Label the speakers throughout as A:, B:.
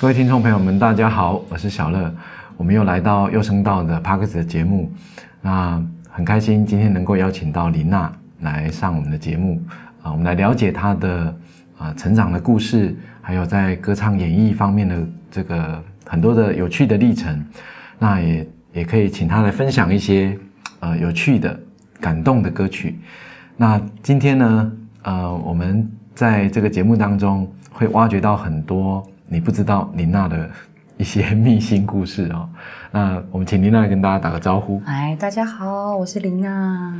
A: 各位听众朋友们，大家好，我是小乐，我们又来到幼声道的 p a r k e s 的节目，那很开心今天能够邀请到林娜来上我们的节目啊，我们来了解她的啊、成长的故事，还有在歌唱演绎方面的这个很多的有趣的历程，那也也可以请她来分享一些呃有趣的、感动的歌曲。那今天呢，呃，我们在这个节目当中会挖掘到很多你不知道林娜的一些秘辛故事哦。 那我们请林娜跟大家打个招呼。
B: 哎，大家好，我是林娜。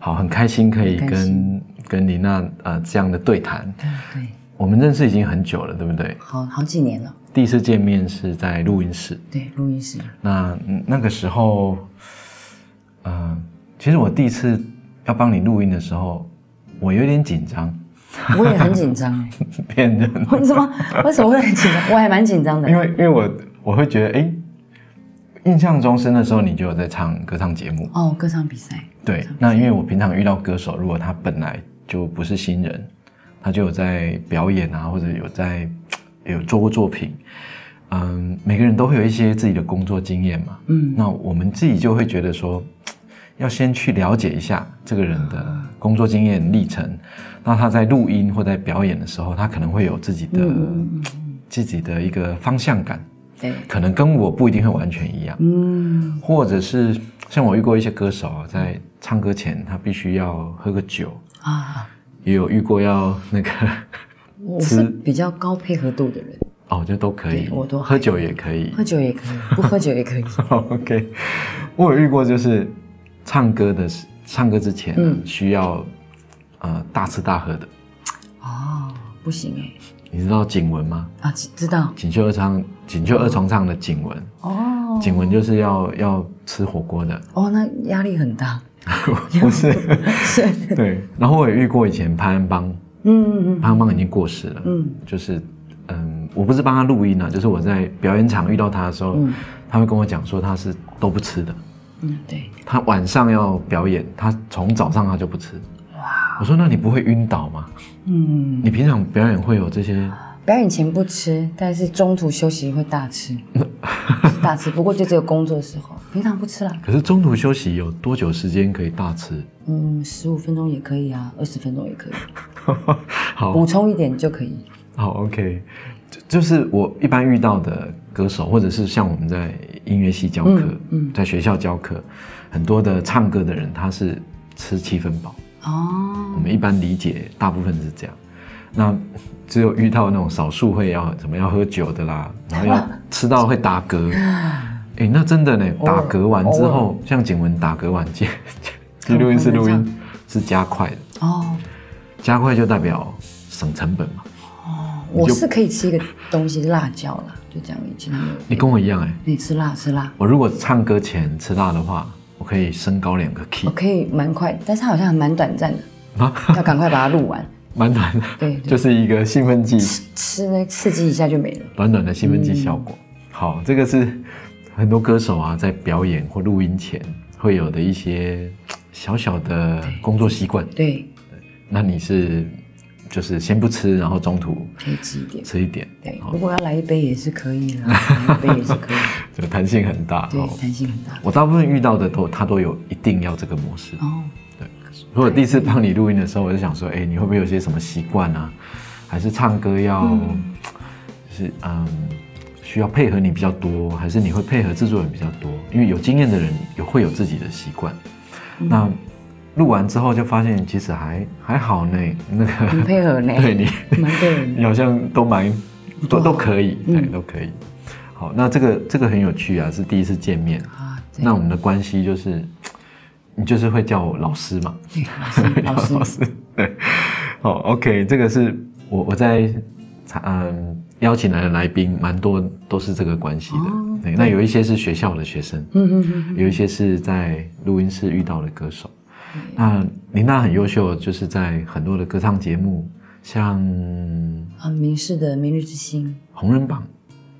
A: 好，很开心可以
B: 很开
A: 跟跟林娜呃这样的对谈。
B: 对哎对，
A: 我们认识已经很久了，对不对？
B: 好好几年了。
A: 第一次见面是在录音室，
B: 对，录音室。
A: 那嗯那个时候，呃，其实我第一次要帮你录音的时候，我有点紧张，
B: 我也很紧张 哎，
A: 骗人。
B: 为什么？为什么会很紧张？我还蛮紧张的
A: 因。为因为我我会觉得，哎，印象中是那时候你就有在唱歌唱节目，
B: 哦，歌唱比赛，
A: 对。那因为我平常遇到歌手，如果他本来就不是新人，他就有在表演啊，或者有在有做过作品，嗯，每个人都会有一些自己的工作经验嘛。
B: 嗯，
A: 那我们自己就会觉得说，要先去了解一下这个人的
B: 啊
A: 工作经验历程。那他在录音或在表演的时候，他可能会有自己的、
B: 嗯
A: 自己的一个方向感。
B: 对，
A: 可能跟我不一定会完全一样，
B: 嗯，
A: 或者是像我遇过一些歌手啊在唱歌前，他必须要喝个酒，
B: 啊，
A: 也有遇过要那个
B: 我是比较高配合度的人，
A: 哦，就都可以，
B: 对我都还
A: 喝酒也可以
B: 喝。酒也可以，不喝酒也可以。
A: OK，我有遇过就是唱歌的时唱歌之前、啊
B: 嗯
A: 需要呃大吃大喝的，
B: 哦，不行哎，
A: 你知道景文吗？
B: 啊，知知道。
A: 锦绣二唱锦绣二重唱的景文，
B: 哦，
A: 景文就是要要吃火锅 的，
B: 哦，那压力很 大。
A: 不是？
B: 是，
A: 对。然后我也遇过以前潘安邦。
B: 嗯嗯
A: 潘邦已经过世了，
B: 嗯
A: 就是嗯，我不是帮他录音啊，就是我在表演场遇到他的时候，
B: 嗯
A: 他会跟我讲说他是都不吃的，
B: 嗯，对，
A: 他晚上要表演，他从早上他就不吃。
B: 哇，
A: 我说那你不会晕倒吗？
B: 嗯，
A: 你平常表演会有这些？
B: 表演前不吃，但是中途休息会大 吃，是大吃。不过就只有工作的时候，平常不吃啦。
A: 可是中途休息有多久时间可以大吃？
B: 嗯，十五分钟也可以啊，二十分钟也可以，
A: 好
B: 补充一点就可以。
A: 好，OK，就就是我一般遇到的歌手，或者是像我们在音乐系教课，
B: 嗯嗯
A: 在学校教课，很多的唱歌的人他是吃七分饱。我
B: 哦，
A: 们一般理解大部分是这样。那只有遇到那种少数会要怎么要喝酒的啦，然后 要吃到会打嗝。哎、那真的呢，
B: 偶
A: 打
B: 尔
A: 嗝完之
B: 偶
A: 后，像景文打嗝完 接接录音室录
B: 很
A: 音是加快的，
B: 哦，
A: 加快就代表省成本嘛。
B: 我是可以吃一个东西辣椒啦，就这样，以前没有。
A: 你跟我一样哎、
B: 你吃辣吃辣，
A: 我如果唱歌前吃辣的话，我可以升高两个 key
B: 我哦 可以蛮快，但是它好像还蛮短 暂的，
A: 啊，
B: 要赶快把它录完。
A: 蛮短的，
B: 对
A: 就
B: 对，
A: 是一个兴奋剂。
B: 吃呢刺激一下就没了。
A: 短短的兴奋剂效果。
B: 嗯
A: 好，这个是很多歌手啊在表演或录音前会有的一些嘖小小的工作习惯。
B: 对，
A: 那你是就是先不吃，然后中途
B: 可以吃一点。
A: 吃一点，
B: 对，如果要来一杯也是可以 啦，来一杯也是可以。
A: 这个弹性很大。
B: 对
A: 哦，
B: 弹性很大。
A: 我大部分遇到的都他都有一定要这个模式。
B: 哦，
A: 如果第一次帮你录音的时候，我就想说，哎、你会不会有些什么习惯啊？还是唱歌要，
B: 嗯
A: 就是嗯，需要配合你比较多，还是你会配合制作人比较多？因为有经验的人有会有自己的习惯。
B: 嗯
A: 那录完之后就发现其实还还好呢，那
B: 很
A: 个
B: 配合呢，
A: 对你
B: 蛮配 合的。
A: 你好像都蛮都
B: 都
A: 都
B: 好嗯
A: 可以，对，都可以。好，那这个这个很有趣啊，是第一次见面。
B: 啊，对
A: 那我们的关系就是，你就是会叫我老师嘛？
B: 对，老师，老师，
A: 对，好，OK，这哦个是我我在嗯邀请来的来宾，蛮多都是这个关系的。
B: 哦
A: 对，那有一些是学校的学生，
B: 嗯嗯嗯，
A: 有一些是在录音室遇到的歌手。那林娜很优秀，就是在很多的歌唱节目，像《
B: 啊，明世的《明日之星
A: 红人榜》》，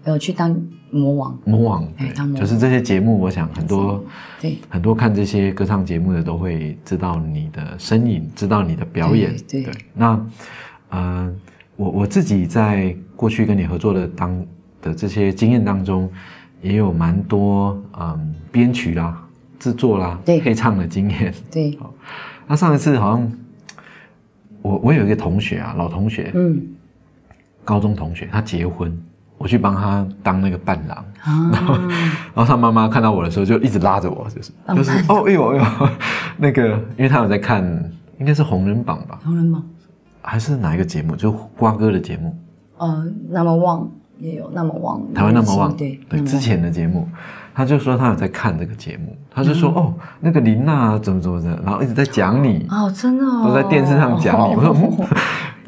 B: 呃，去当魔王，
A: 魔王，
B: 哎当魔
A: 对，就是这些节目，我想很多。
B: 对，
A: 很多看这些歌唱节目的都会知道你的身影，知道你的表演。
B: 对对
A: 那，呃，我我自己在过去跟你合作的当的这些经验当中，也有蛮多嗯编曲啦、制作啦、
B: 对
A: 配唱的经验。
B: 对，
A: 那上一次好像我我有一个同学啊，老同学，
B: 嗯
A: 高中同学，他结婚，我去帮他当那个伴郎，
B: 啊，
A: 然后他妈妈看到我的时候就一直拉着我，就是
B: 浪漫
A: 就是哦哎呦哎呦， 那个因为他有在看，应该是红人榜吧，
B: 同人吗？
A: 还是哪一个节目？就瓜哥的节目，
B: 呃，那么旺也有那么旺，
A: 台湾那么旺，
B: 对
A: 对
B: 那么
A: 之前的节目。他就说他有在看这个节目，他就
B: 嗯
A: 说、哦，那个林娜怎么怎么的，然后一直在讲你，
B: 哦，真的哦，
A: 都在电视上讲你，我 说，嗯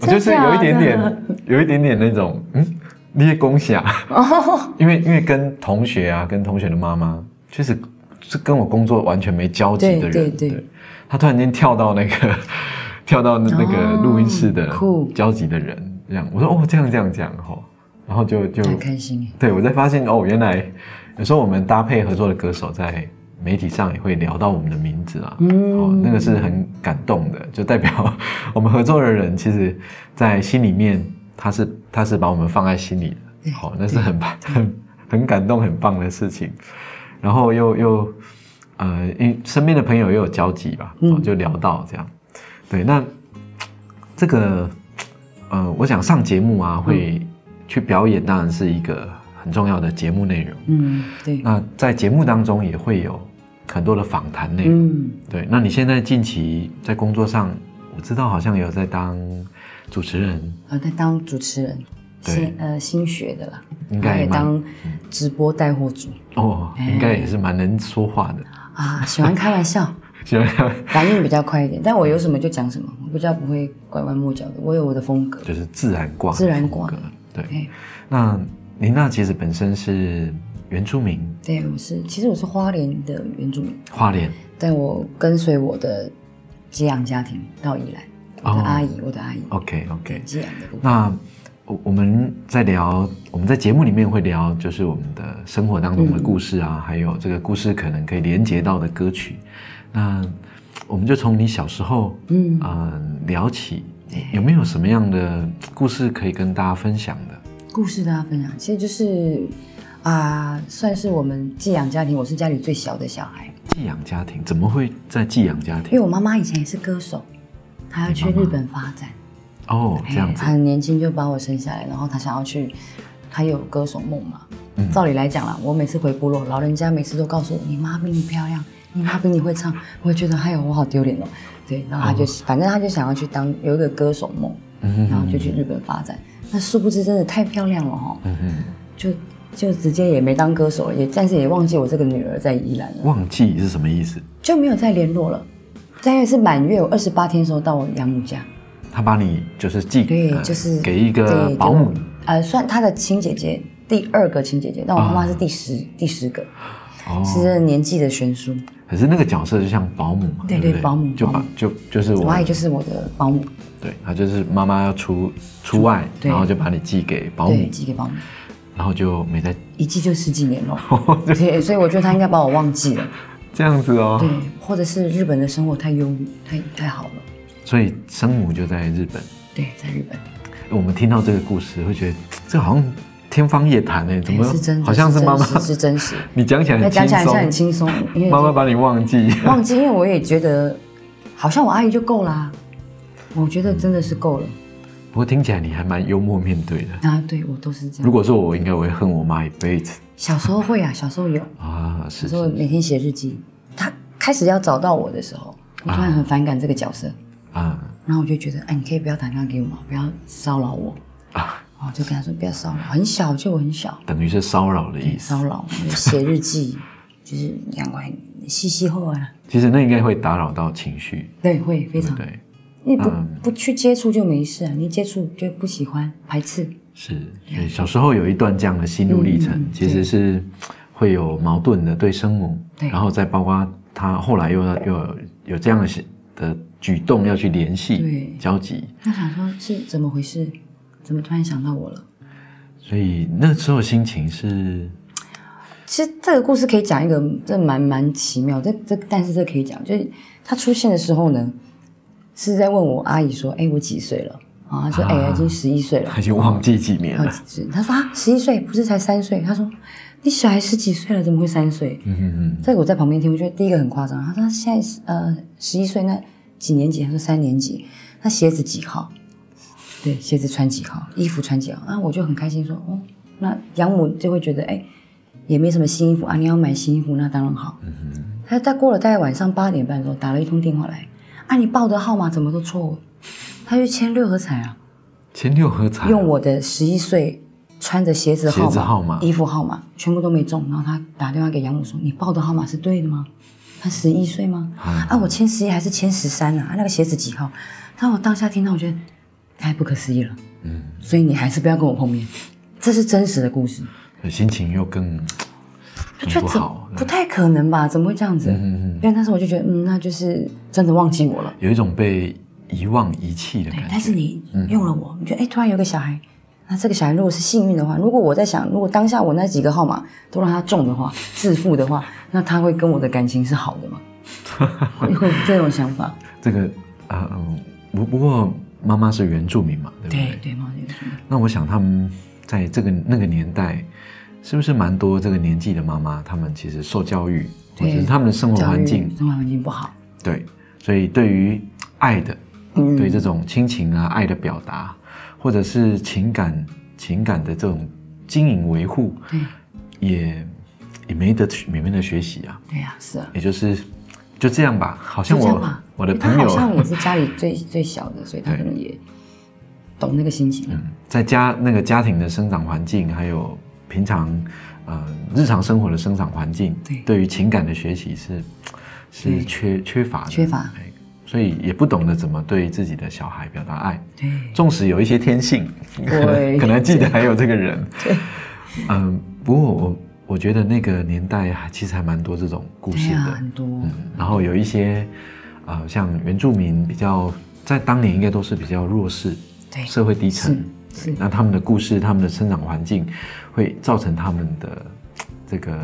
A: 我就是有一点点，
B: 啊
A: 有一点点那种，嗯，你也恭喜啊，
B: 哦
A: 因为因为跟同学啊，跟同学的妈妈，确实是跟我工作完全没交集的人，
B: 对对对
A: 他突然间跳到那个跳到那那个
B: 哦
A: 录音室的
B: 酷
A: 交集的人，这样，我说哦，这样这样这样哦，然后就就
B: 很开心耶
A: 对我才发现哦，原来有时候我们搭配合作的歌手在媒体上也会聊到我们的名字啊，
B: 嗯
A: 哦，那个是很感动的，就代表 我们合作的人其实，在心里面他是他是把我们放在心里的，
B: 对
A: 好、那是很 很很感动很棒的事情，然后又又呃，因为身边的朋友也有交集吧，哦，
B: 嗯
A: 就聊到这样，对，那这个呃，我想上节目啊，
B: 嗯
A: 会去表演，当然是一个很重要的节目内容。
B: 嗯，对，
A: 那在节目当中也会有很多的访谈内容。
B: 嗯，
A: 对，那你现在近期在工作上，我知道好像有在当主持人，
B: 我在哦当主持人，
A: 对
B: 新呃新学的啦，
A: 应该
B: 哦也
A: 蛮嗯
B: 当直播带货主
A: 哦，
B: 哎
A: 应该也是蛮能说话的。
B: 啊，喜欢开玩笑，
A: 喜欢，
B: 反应比较快一点，但我有什么就讲什么，我比较不会拐弯抹角的，我有我的风格
A: 就是自然挂，
B: 自然挂。
A: 对，
B: 对
A: 那林娜其实本身是原住民，
B: 对，我是其实我是花莲的原住民。
A: 花莲
B: 但我跟随我的寄养家庭到宜兰，我的阿姨，我的阿姨，
A: ，OK 哦 OK。
B: 寄养的部分。
A: 那我我们在聊，我们在节目里面会聊，就是我们的生活当中的故事
B: 嗯
A: 啊，还有这个故事可能可以连接到的歌曲。那我们就从你小时候，
B: 嗯
A: 嗯、聊起，
B: 哎
A: 有没有什么样的故事可以跟大家分享的？
B: 故事大家分享，其实就是啊、算是我们寄养家庭，我是家里最小的小孩，
A: 寄养家庭怎么会在寄养家
B: 因为
A: 庭？
B: 我妈妈以前也是歌手，她要去
A: 你妈
B: 日
A: 妈
B: 本发展，
A: 哦，这样
B: 哎
A: 子，
B: 她很年轻就把我生下来，然后她想要去，她有歌手梦嘛。
A: 嗯
B: 照理来讲啦，我每次回部落，老人家每次都告诉我，你妈比你漂亮，你妈比你会唱， 我觉得哎呦，我好丢脸哦。对，然后她就、反正她就想要去当有一个歌手梦，
A: 嗯
B: 然后就去日本发展。那殊不知真的太漂亮了哈、哦，
A: 嗯嗯，
B: 就就直接也没当歌手了，也但是也忘记我这个女儿在宜兰了，
A: 忘记是什么意思？
B: 就没有再联络了。大概是满月，我二十八天的时候到我养母家，
A: 他把你就是寄，
B: 对
A: 呃，
B: 就是
A: 给一个
B: 对
A: 保姆，
B: 给我呃，算她的亲姐姐，第二个亲姐姐，但我妈
A: 啊
B: 妈是第十、第十个，
A: 哦
B: 是年纪的悬殊。
A: 可是那个角色就像保姆嘛，
B: 对
A: 不
B: 对保姆
A: 就
B: 保
A: 把
B: 姆
A: 就就是我
B: 我阿姨就是我的保姆，
A: 对，他就是妈妈要出出外，
B: 对
A: 然后就把你寄给保
B: 对，
A: 姆，
B: 寄给保姆，
A: 然后就没再
B: 一寄就十几年
A: 哦
B: 了。对，所以我觉得她应该把我忘记了。
A: 这样子哦
B: 对。，或者是日本的生活太忧郁，太太好了。
A: 所以生母就在日本，
B: 对，在日本，
A: 我们听到这个故事会觉得这好像天方夜谭哎，怎么
B: 哎是真的，
A: 好像是妈妈
B: 真实是真实。
A: 你讲起来
B: 那
A: 很
B: 讲
A: 轻
B: 起来好像
A: 松，
B: 很轻松，因为
A: 妈妈把你忘记，
B: 忘记，因为我也觉得好像我阿姨就够啦。我觉得真的是够了
A: 不过听起来你还蛮幽默面对的。
B: 啊！对我都是这
A: 如
B: 样。
A: 果是我，我应该我会恨我妈一辈子
B: 小时候会啊，小时候有，
A: 啊！
B: 小
A: 是
B: 时候
A: 是
B: 每天写日记。她开始要找到我的时候，我突然很反感这个角色。
A: 啊
B: 然后我就觉得，哎，你可以不要打电话给我吗？不要骚扰我。
A: 啊，
B: 然后就跟他说不要骚扰，很小就很小，
A: 等于是骚扰的意思。
B: 骚扰我就写日记，就是两块细细后啊，
A: 其实那应该会打扰到情绪，
B: 对，会非
A: 对
B: 常
A: 不，对？
B: 你不
A: 嗯
B: 不去接触就没事啊，你接触就不喜欢排斥，
A: 是，所以小时候有一段这样的心路历程，
B: 嗯嗯
A: 其实是会有矛盾的，对生母，
B: 对
A: 然后再包括他后来又要又有有这样的行的举动要去联系
B: 对
A: 交集，
B: 那想说是怎么回事？怎么突然想到我了？
A: 所以那时候心情是
B: 其实这个故事可以讲一个，这蛮蛮奇妙。这这，但是这可以讲，就是他出现的时候呢，是在问我阿姨说：“哎，我几岁了？”啊，他说哎、已经十一岁了
A: 他已，经忘记几年
B: 然后
A: 了。
B: 几岁？他说啊，十一岁不是才三岁？他说你小孩十几岁了，怎么会三岁？
A: 嗯嗯嗯，
B: 这个我在旁边听，我觉得第一个很夸张。他说他现在是呃十一岁，那几年级？他说三年级。那鞋子几号？对，鞋子穿几号？衣服穿几号？啊，我就很开心说哦，那养母就会觉得哎，也没什么新衣服啊，你要买新衣服那当然好。他他过了大概晚上八点半的时候，打了一通电话来，啊，你报的号码怎么都错误，他去签六合彩啊。
A: 前六合彩
B: 用我的十一岁穿着鞋子号码、
A: 鞋子号码
B: 衣服号码全部都没中，然后他打电话给养母说：“你报的号码是对的吗？他十一岁吗？
A: 啊
B: 啊，我签十一还是签十三啊？啊那个鞋子几号？”但我当下听到，我觉得太不可思议了。
A: 嗯，
B: 所以你还是不要跟我碰面，这是真实的故事。
A: 心情又更更
B: 就
A: 不
B: 怎
A: 好，
B: 不太可能吧？怎么会这样子？
A: 嗯嗯嗯，
B: 因为那时候我就觉得，嗯，那就是真的忘记我了。
A: 有一种被遗忘遗弃的
B: 对，
A: 感
B: 但是
A: 觉。
B: 你用了我，你觉得哎，突然有个小孩，那这个小孩如果是幸运的话，如果我在想，如果当下我那几个号码都让他中的 话，致富的话，那他会跟我的感情是好的吗？会会有这种想法？
A: 这个啊，嗯不不过妈妈是原住民嘛，对不对？
B: 对对吗？这个是
A: 那我想他们在这个那个年代，是不是蛮多这个年纪的妈妈，他们其实受教育，或
B: 对
A: 者是他们的生活
B: 教育
A: 环境，
B: 生活环境不好，
A: 对，所以对于爱的，
B: 嗯
A: 对这种亲情啊、爱的表达，或者是情感情感的这种经营维护，
B: 对
A: 也也没得去也没得学习啊，
B: 对呀、是啊。
A: 也就是就这样吧，好像
B: 就这样
A: 我
B: 吧
A: 我的
B: 因为他
A: 朋
B: 好
A: 友
B: 像也是家里最最小的，所以他
A: 对
B: 可能也懂那个心情。
A: 在家那个家庭的生长环境，还有平常呃日常生活的生长环境，
B: 对
A: 于情感的学习是
B: 对
A: 是缺缺乏的
B: 缺乏，
A: 哎所以也不懂得怎么对自己的小孩表达爱。
B: 对，
A: 纵使有一些天性，可
B: 对
A: 能可能记得还有这个人。 嗯、不过我我觉得那个年代还其实还蛮多这种故
B: 对啊
A: 事
B: 呀、
A: 的。
B: 很多。
A: 嗯，然后有一些呃，像原住民比较在当年应该都是比较弱势，
B: 对
A: 社会低层，
B: 是
A: 对
B: 是
A: 那他们的故事、他们的生长环境，会造成他们的嘖这个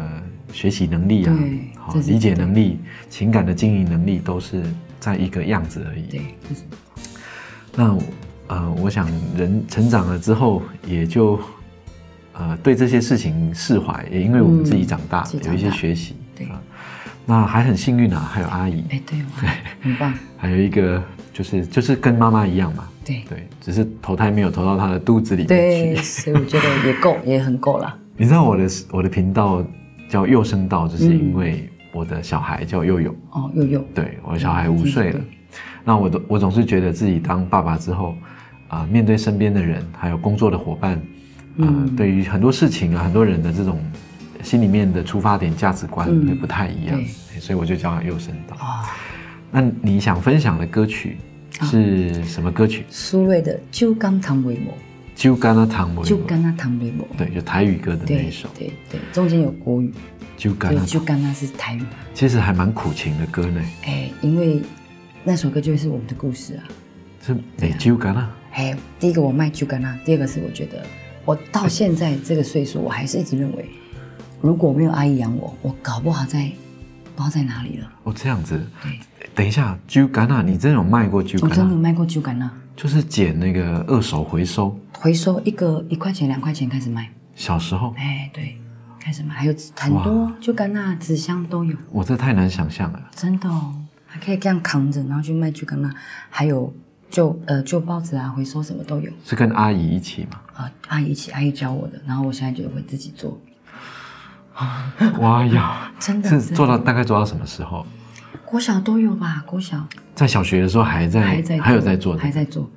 A: 学习能力啊
B: 对，
A: 好
B: 这是
A: 理解能力、情感的经营能力都是在一个样子而已。
B: 对，就是
A: 那呃，我想人成长了之后，也就呃对这些事情释怀，也因为我们自己长大，
B: 嗯自己长
A: 有一些
B: 大
A: 学习。
B: 对
A: 啊那还很幸运啊，还有阿姨，
B: 哎，对，我很棒。
A: 还有一个就是就是跟妈妈一样嘛，
B: 对
A: 对，只是投胎没有投到她的肚子里面
B: 对，
A: 去。
B: 所以我觉得也够，也很够 了。
A: 你知道我的我的频道叫幼声道，就是因为我的小孩叫幼幼，
B: 哦，又有
A: 对我的小孩五岁了。
B: 嗯
A: 那我都我总是觉得自己当爸爸之后，啊、面对身边的人，还有工作的伙伴，啊、
B: 嗯
A: 对于很多事情啊，很多人的这种心里面的出发点、价值观
B: 嗯
A: 也不太一样，
B: 对
A: 所以我就叫他幼声道。
B: 哦，
A: 那你想分享的歌曲是什么歌曲？
B: 苏芮的《就刚唐维摩》，
A: 就干那糖维，
B: 就刚那唐维摩，
A: 对，就台语歌的那一
B: 对
A: 首，
B: 对对，中间有国语，
A: 就干
B: 对
A: 那，
B: 就刚那是台语。
A: 其实还蛮苦情的歌呢，
B: 哎，因为那首歌就是我们的故事啊。
A: 是哎美就干那，
B: 哎，第一个我卖就刚那，第二个是我觉得我到现在这个岁数，我还是一直认为，如果没有阿姨养我，我搞不好在不知道在哪里了。
A: 哦这样子
B: 对。
A: 等一下，就干那，你真的有卖过就
B: 我
A: 干
B: 真的有
A: 那？
B: 卖过就刚那，
A: 就是捡那个二手回收，
B: 回收一个一块钱、两块钱开始卖。
A: 小时候，
B: 哎，对，开始买，还有很多，就甘纳纸箱都有，
A: 我这太难想象了。
B: 真的哦，还可以这样扛着，然后去卖去甘纳，还有旧呃旧报纸啊，回收什么都有
A: 是跟阿姨一起嘛？
B: 啊、阿姨一起，阿姨教我的，然后我现在就会自己做，
A: 哇呀，
B: 真的
A: 是
B: 真的
A: 做到大概做到什么时候？
B: 国小都有吧，国小
A: 在小学的时候还在，
B: 还在
A: 有在做的
B: 还。在做，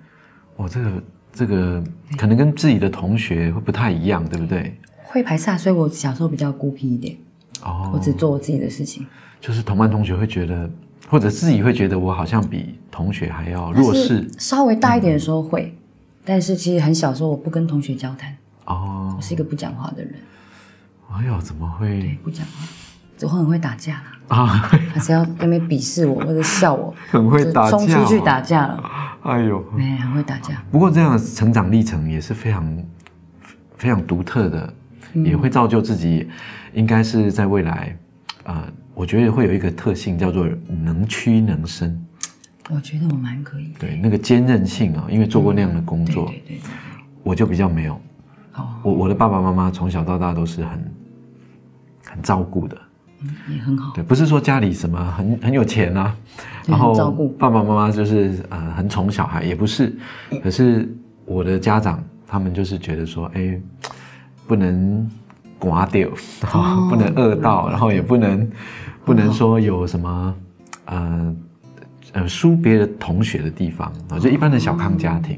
A: 哦，这个这个可能跟自己的同学会不太一样，对不对？
B: 会排斥啊，所以我小时候比较孤僻一点，
A: 哦，
B: 我只做我自己的事情，
A: 就是同班同学会觉得，或者自己会觉得我好像比同学还要哦弱势
B: 但是稍微大一点的时候会，但是其实很小的时候我不跟同学交谈，
A: 哦
B: 我。是一个不讲话的人，
A: 哎呦，怎么
B: 对，
A: 会
B: 不讲话，我很会打架啦。
A: 啊？
B: 他只要在那边鄙视我或者笑我，
A: 很会打架
B: 就冲出去
A: 哦
B: 打架了，
A: 哎呦！
B: 哎，很会打架，
A: 不过这样的成长历程也是非常非常独特的，
B: 嗯
A: 也会造就自己，应该是在未来，呃，我觉得会有一个特性叫做能屈能伸。
B: 我觉得我蛮可以的。
A: 对，那个坚韧性啊，因为做过那样的工作，
B: 嗯对哦对对对，
A: 我就比较没有。
B: 好，
A: 我我的爸爸妈妈从小到大都是很很照顾的，
B: 嗯也很好。
A: 对，不是说家里什么很很有钱啊，
B: 对
A: 然后
B: 很照顾
A: 爸爸妈妈就是呃很宠小孩，也不是。可是我的家长他们就是觉得说，哎，不能刮掉， 不能饿
B: 哦
A: 到，然后也不能不能说有什么呃呃输别的同学的地方啊，就一般的小康家庭。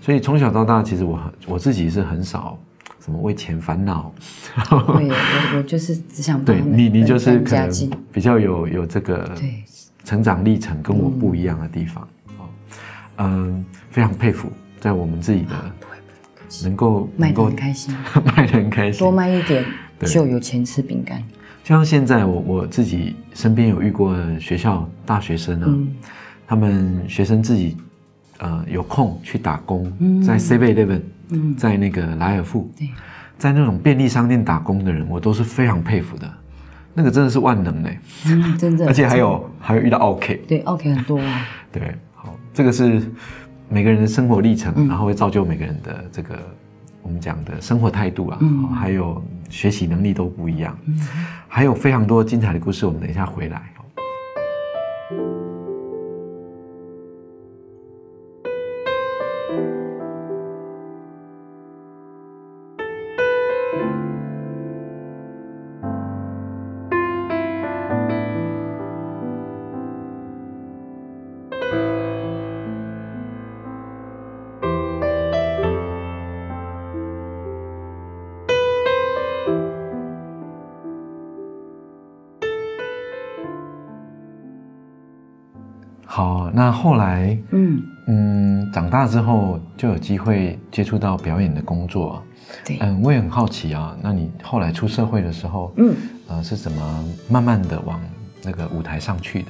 A: 所以从小到大，其实我很我自己是很少什么为钱烦恼，
B: 对，我我就是只想帮
A: 对
B: 他们
A: 你，你就是
B: 分
A: 可
B: 哦家
A: 能
B: 境。
A: 比较有有这个
B: 对，
A: 成长历程跟我不一样的地方哦，嗯，非常佩服，在我们自己的
B: 不会不会客气
A: 能够
B: 卖
A: 能
B: 的
A: 够
B: 很开心，
A: 卖的很开心
B: 多，啊卖一点
A: 对
B: 就有钱吃饼干。
A: 就像现在我我自己身边有遇过学校大学生啊，
B: 嗯，
A: 他们学生自己呃有空去打工，
B: 嗯
A: 在 Seven Eleven，
B: 嗯
A: 在那个莱尔富，
B: 对，
A: 在那种便利商店打工的人，我都是非常佩服的，那个真的是万能呢，
B: 嗯，真的，
A: 而且还有还有遇到 OK，
B: 对 OK 很多啊，
A: 对，好，这个是每个人的生活历
B: 嗯
A: 程，然后会造就每个人的这个我们讲的生活态度啊，
B: 嗯
A: 好还有学习能力都不一样，还有非常多精彩的故事，我们等一下回来。好，那后来
B: 嗯，
A: 嗯，长大之后就有机会接触到表演的工作啊，
B: 对，
A: 嗯，我也很好奇啊，那你后来出社会的时候，
B: 嗯，
A: 呃，是怎么慢慢的往那个舞台上去的？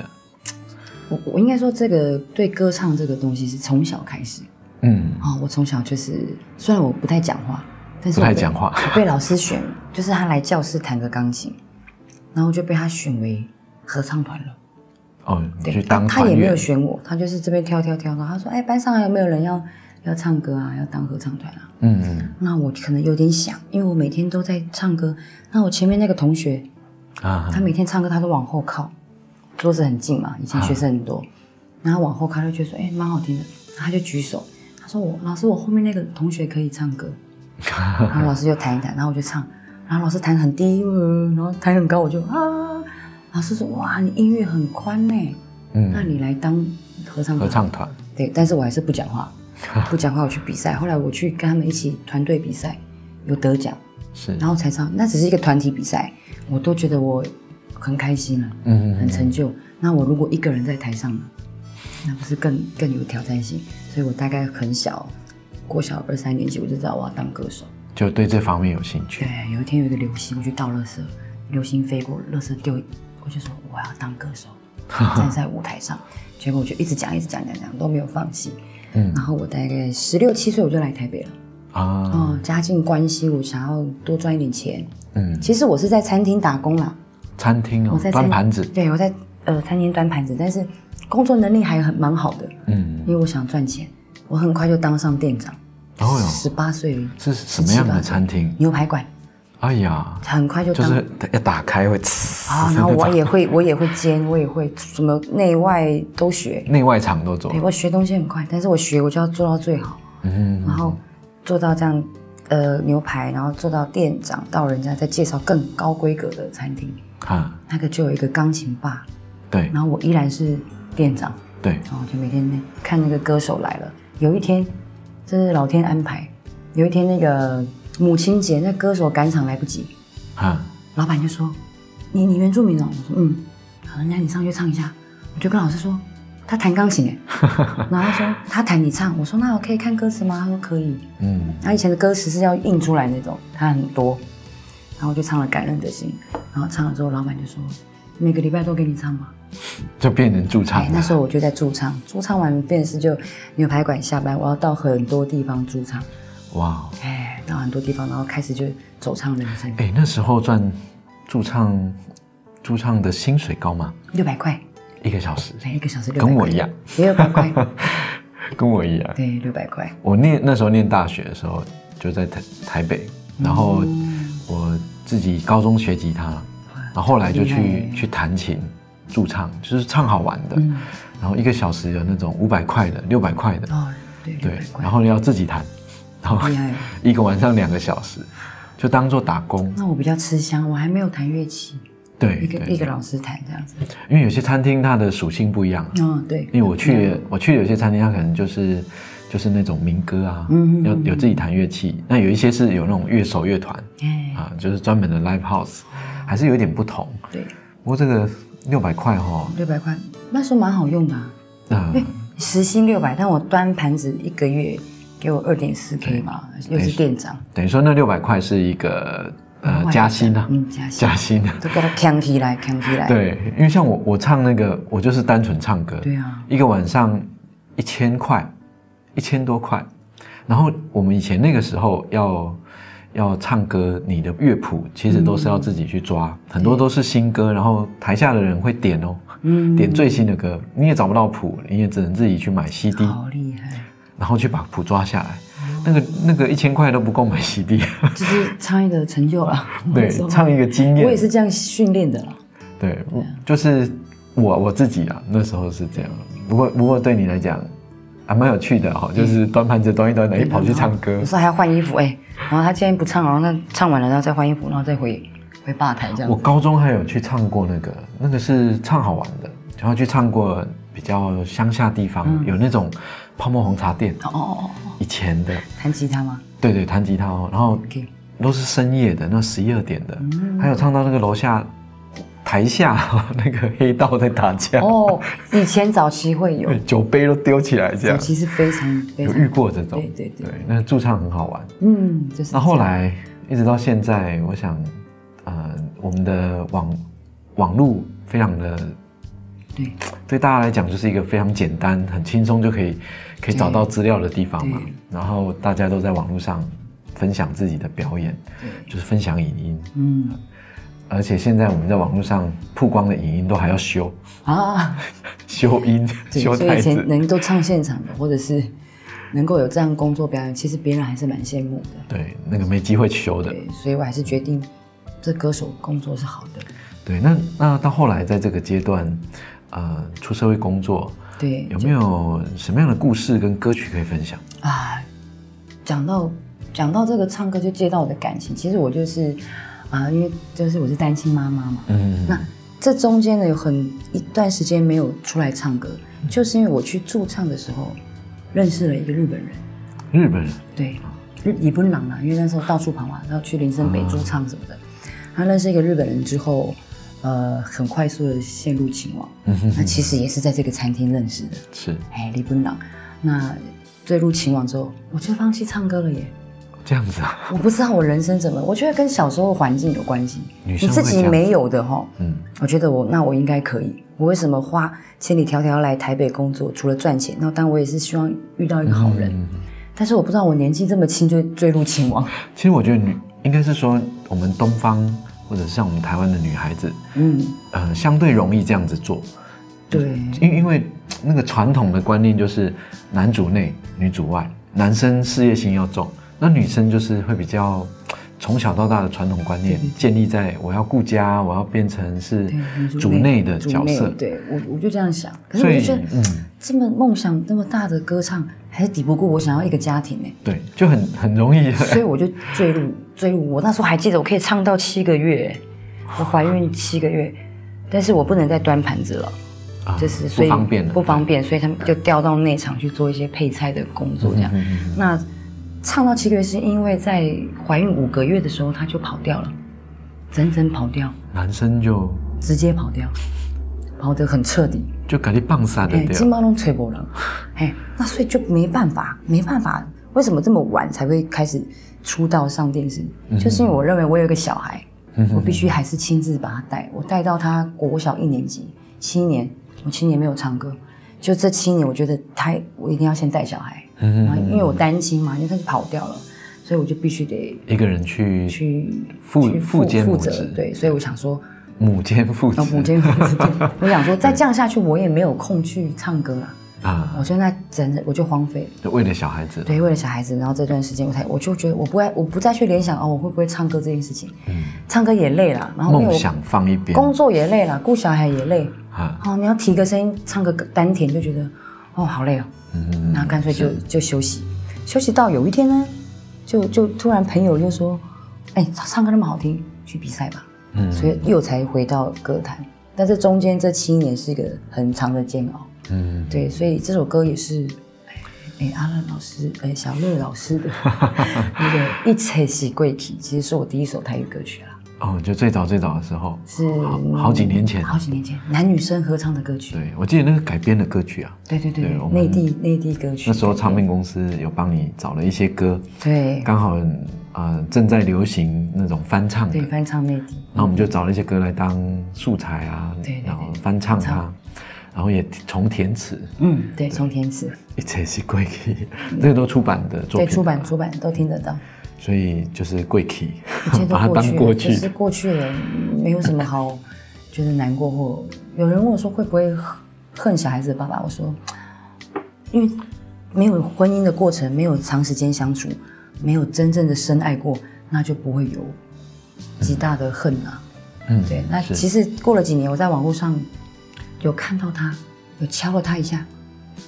B: 我我应该说这个对歌唱这个东西是从小开始
A: 嗯，
B: 啊、哦，我从小就是虽然我不太讲话，但是
A: 不
B: 我
A: 太
B: 被
A: 讲话，
B: 我被老师选，就是他来教室弹个钢琴，然后就被他选为合唱团了。
A: 哦，你
B: 对，
A: 去当
B: 他他也
A: 团
B: 没有
A: 员，
B: 选我，他就是这边挑挑挑，然后他说：“哎，班上还有没有人要要唱歌啊？要当合唱团啊
A: 嗯嗯？”
B: 那我可能有点想，因为我每天都在唱歌。那我前面那个同学，
A: 啊，
B: 他每天唱歌他都往后靠，桌子很近嘛，以前学生很多，
A: 啊
B: 然后往后靠他就觉得说：“哎，蛮好听的。”他就举手，他说我：“老师，我后面那个同学可以 唱歌。”然后老师就弹一弹，然后我就唱，然后老师弹很低，呃然后弹很高，我就啊。老师说：“哇，你音域很宽呢、那
A: 嗯，
B: 你来当合唱
A: 合
B: 团
A: 唱团，
B: 对，但是我还是不讲话， 不讲话。我去比赛，后来我去跟他们一起团队比赛，有得奖，
A: 是，
B: 然后才知道那只是一个团体比赛，我都觉得我很开心了，
A: 嗯
B: 很
A: 嗯
B: 成就。那我如果一个人在台上呢，那不是更更有挑战性？所以我大概很小，国小二三年级我就知道我要当歌手。
A: 就对这方面有兴
B: 对
A: 趣，，
B: 有一天有一个流星，我去倒垃圾，流星飞过，垃圾丢，我就说我要当歌手，站在舞台上。结果我就一直讲，一直讲，讲讲都没有放弃。
A: 嗯
B: 然后我大概十六七岁我就来台北了。
A: 啊，
B: 哦，家境关系，我想要多赚一点钱。
A: 嗯，
B: 其实我是在餐厅打工啦，
A: 餐厅
B: 我
A: 哦
B: 在，餐
A: 端盘子，
B: 对我在呃餐厅端盘子，但是工作能力还很蛮好的，
A: 嗯，
B: 因为我想赚钱。我很快就当上店长，
A: 哦哟
B: 十八岁而已
A: 是什么样的餐厅？
B: 牛排馆，
A: 哎呀，
B: 很快就
A: 就
B: 当
A: 是要打开会呲，
B: 啊，然后我也会，我也会煎，我也会什么内外都学。
A: 内外场都走
B: 对，，我学东西很快，但是我学我就要做到最好，
A: 嗯，
B: 然后做到这样，呃，牛排，然后做到店长，到人家再介绍更高规格的餐厅，
A: 啊，
B: 那个就有一个钢琴吧，
A: 对
B: 然后我依然是店长，
A: 对，
B: 然哦后就每天看那个歌手来了。有一天，这是老天安排，有一天那个母亲节，那歌手赶场来不及，
A: 啊，
B: 老板就说：“你你原住民哦？”我说：“嗯。”好，人家你上去唱一下。我就跟老师说：“他弹钢琴哎。”然后他说：“他弹你唱。”我说：“那我可以看歌词吗？”他说：“可以。啊
A: 嗯”
B: 他以前的歌词是要印出来那种，他很多。然后我就唱了《感恩的心》，然后唱了之后，老板就说：“每个礼拜都给你唱吗？”
A: 就变成驻唱
B: 哎，那
A: 了，
B: 时候我就在驻唱，驻唱完便是就牛排馆下班，我要到很多地方驻唱，
A: 哇，哦
B: 哎，到很多地方，然后开始就走唱人生，
A: 哎，那时候赚驻唱驻唱的薪水高吗？
B: 六百块，
A: 一个小时，
B: 每一个小时六
A: 跟我一样，
B: 六百块，
A: 跟我一样。
B: 对，六百块。
A: 我念那时候念大学的时候就在台台北，
B: 嗯
A: 然后我自己高中学吉他，然后后来就
B: 厉害
A: 去
B: 耶
A: 去弹琴驻唱，就是唱好玩的，
B: 嗯，
A: 然后一个小时有那种五百块的、六百块的，
B: 哦，对，
A: 对
B: 六百，块，哎
A: 然后要自己弹，然后
B: 厉害。
A: 一个晚上两个小时，就当做打工。
B: 那我比较吃香，我还没有弹乐器，
A: 对
B: 一个
A: 对，
B: 一个
A: 对
B: 老师弹这样子。
A: 因为有些餐厅它的属性不一样啊，
B: 嗯，对，
A: 因为我去我去有些餐厅，它可能就是就是那种民歌啊，
B: 嗯嗯嗯
A: 要有自己弹乐器，那有一些是有那种乐手乐团
B: 哎，
A: 啊，就是专门的 live house，还是有点不同。
B: 对，
A: 不过这个六百块哈，
B: 六百块那时候蛮好用的啊，
A: 那、
B: 因为时薪六百，但我端盘子一个月给我二点四 K 嘛，又是店长，
A: 等于说那六百块是一个呃加薪啊，
B: 嗯，加薪
A: 加薪啊。
B: 都给他扛起来，扛起来。
A: 对，因为像我我唱那个，我就是单纯唱歌，
B: 对啊，
A: 一个晚上一千块，一千多块。然后我们以前那个时候要要唱歌，你的乐谱其实都是要自己去抓，很多都是新歌，然后台下的人会点哦，
B: 嗯，
A: 点最新的歌，你也找不到谱，你也只能自己去买 CD，
B: 好厉害，
A: 然后去把谱抓下来。那个那个一千块都不够买 CD，。
B: 这是唱艺的成就了
A: 对，唱一个经
B: 我也
A: 验，
B: 是这样训练的啦。
A: 对，就是我我自己啊，那时候是这样。不过不过对你来讲，还蛮有趣的哈、哦，就是端盘子端一端，哎，跑去唱歌
B: 有。时候还要换衣服，哎、然后他今天不唱，然后那唱完了，然后再换衣服，然后再回回吧台这样
A: 我
B: 子。
A: 高中还有去唱过那个，那个是唱好玩的，然后去唱过比较乡下地方、有那种泡沫红茶店，
B: 哦哦哦哦，
A: 以前的，
B: 弹吉他吗
A: 对对，弹吉他哦，然后
B: ？OK，
A: 都是深夜的，那十一二点的，
B: 嗯
A: 还有唱到那个楼下台下、 那个黑道在打架，
B: 哦，以前早期会有
A: 对，酒杯都丢起来这
B: 早
A: 样，
B: 期是非常非
A: 有
B: 常
A: 遇过这种，
B: 对对对
A: 那驻唱很好玩。
B: 嗯，就是
A: 那
B: 这样
A: 后来一直到现在，我想，呃，我们的网网络非常的
B: 对
A: 对大家来讲就是一个非常简单、很轻松就可以可以找到资料的地方嘛
B: 对。
A: 然后大家都在网络上分享自己的表演，
B: 对，
A: 就是分享影音，
B: 嗯
A: 而且现在我们在网络上曝光的影音都还要 修
B: 啊，
A: 修音、
B: 对，
A: 修
B: 所以
A: 台
B: 以
A: 子
B: 前。能够唱现场的，或者是能够有这样工作表演，其实别人还是蛮羡慕的。
A: 对，那个没机会修的。
B: 对，所以我还是决定这歌手工作是好的。
A: 对，那那到后来在这个阶段，呃，出社会工作，
B: 对，
A: 有没有什么样的故事跟歌曲可以分享？
B: 啊，讲到讲到这个唱歌，就接到我的感情。其实我就是啊、因为就是我是单亲妈妈嘛，
A: 嗯，
B: 那这中间呢有很一段时间没有出来唱歌，就是因为我去驻唱的时候认识了一个日本人，
A: 日本人，
B: 对，日也不是朗啦，因为那时候到处跑嘛，然后去林森
A: 嗯
B: 北驻唱什么的。他认识一个日本人之后，呃，很快速的陷入情网。
A: 嗯哼
B: 那
A: 哼，
B: 其实也是在这个餐厅认识的。
A: 是
B: 哎，李本朗，那坠入情网之后，我就放弃唱歌了耶。
A: 这样子啊，
B: 我不知道我人生怎么，我觉得跟小时候环境有关系。
A: 女
B: 你
A: 生
B: 自
A: 会这
B: 己
A: 样
B: 没有的哈，
A: 嗯，
B: 我觉得我那我应该可以。我为什么花千里迢迢来台北工作？除了赚钱，那当然我也是希望遇到一个好人。
A: 嗯
B: 但是我不知道我年纪这么轻就坠入情网，
A: 其实我觉得女应该是说我们东方或者是像我们台湾的女孩子，
B: 嗯，
A: 呃，相对容易这样子做，
B: 对，
A: 因因为那个传统的观念就是男主内女主外，男生事业心要重，那女生就是会比较从小到大的传统观念建立在我要顾家，我要变成是
B: 对女
A: 主内的角
B: 主
A: 色
B: 内，对我我就这样想。可是
A: 所
B: 我就
A: 以
B: 觉得
A: 嗯，
B: 这么梦想那么大的歌唱，还是抵不过我想要一个家庭呢、欸
A: 对，就很很容易。
B: 所以我就坠入坠入。我那时候还记得，我可以唱到七个月，欸我怀孕七个月，但是我不能再端盘子了，
A: 啊
B: 就是所以
A: 不方便了，
B: 不方便，所以他们就调到内场去做一些配菜的工作，这
A: 嗯
B: 样。那唱到七个月是因为在怀孕五个月的时候，他就跑掉了，整整跑掉，
A: 男生就
B: 直接跑掉，跑得很彻底。
A: 就赶紧棒杀的
B: 哎，金
A: 掉，
B: 毛龙吹波浪，哎，那所以就没办法，没办法，为什么这么晚才会开始出道上电视？就是因为我认为我有一个小孩，
A: 嗯哼
B: 我必须还是亲自把他带，我带到他国小一年级，七年，我七年没有唱歌，就这七年，我觉得他我一定要先带小孩，
A: 嗯
B: 然后因为我担心嘛，因为他就跑掉了，所以我就必须得
A: 一个人去
B: 去
A: 负
B: 去
A: 负肩
B: 负
A: 母
B: 责
A: 职，
B: 对，所以我想说，
A: 母兼父
B: 哦，
A: 职
B: 母兼父 职。对我想说，再这样下去，我也没有空去唱歌了。
A: 啊
B: 我，现在整我就荒废了。
A: 就为了小孩子，
B: 对，为了小孩子，然后这段时间我才，我就觉得我不爱，我不再去联想哦，我会不会唱歌这件事情。唱歌也累了，然后因为
A: 嗯梦
B: 我
A: 想放一边
B: 工作也累了，顾小孩也累。
A: 啊，
B: 哦，你要提个声音唱个丹田，就觉得哦好累哦，
A: 嗯
B: 那干脆就就休息。休息到有一天呢，就就突然朋友就说，哎，唱歌那么好听，去比赛吧。
A: 嗯
B: 所以又才回到歌坛。但这中间这七年是一个很长的煎熬，
A: 嗯，
B: 对，所以这首歌也是，哎、哎阿乐老师，哎、小乐老 师的那个《一切是贵体》，其实是我第一首台语歌曲啦，
A: 哦，就最早最早的时候，
B: 是
A: 好好几年前啊
B: 好几年前男女生合唱的歌曲，
A: 对我记得那个改编的歌曲啊，
B: 对对对
A: 对我
B: 对，
A: 们
B: 内地内地歌曲，
A: 那时候唱片公司有帮你找了一些歌，
B: 对
A: 刚好呃正在流行那种翻唱的
B: 对，翻唱内地，
A: 然后我们就找了一些歌来当素材啊，
B: 对对对
A: 然后翻唱它，然后也从填词，
B: 嗯，对，从填词，
A: 一切是贵气，这个都出版的作
B: 对，
A: 品，啊
B: 出版，出版都听得到。
A: 所以就是贵气
B: 一切，都
A: 把它
B: 过去
A: 当
B: 了，
A: 过
B: 就
A: 去
B: 是
A: 的，
B: 过去了，没有什么好觉得难过或。有人问我说会不会恨小孩子的爸爸，我说，因为没有婚姻的过程，没有长时间相处，没有真正的深爱过，那就不会有极大的恨啊。
A: 嗯，
B: 对，那
A: 是
B: 其实过了几年，我在网络上有看到他，有敲了他一下，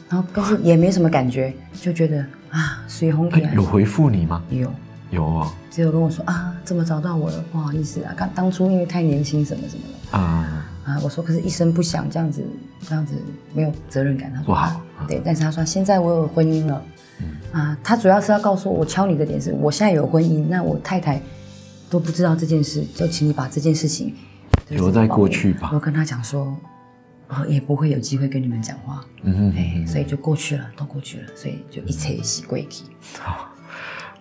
B: 然后但是也没什么感觉，就觉得啊，水红
A: 哎
B: 甜
A: 有回复你吗？
B: 有。
A: 有哦，
B: 只有跟我说啊，怎么找到我了？不好意思啊，刚当初因为太年轻什么什么的
A: 啊，
B: 啊。我说可是一声不响这样子，这样子没有责任感。他说
A: 不好嗯
B: 啊对，但是他说现在我有婚姻了，啊，他主要是要告诉我，我敲你的点是我现在有婚姻，那我太太都不知道这件事，就请你把这件事情就是
A: 留在过去吧
B: 我跟他讲说，我也不会有机会跟你们讲话，
A: 嗯
B: 哎、所以就过去了，都过去了，所以就一切是过去。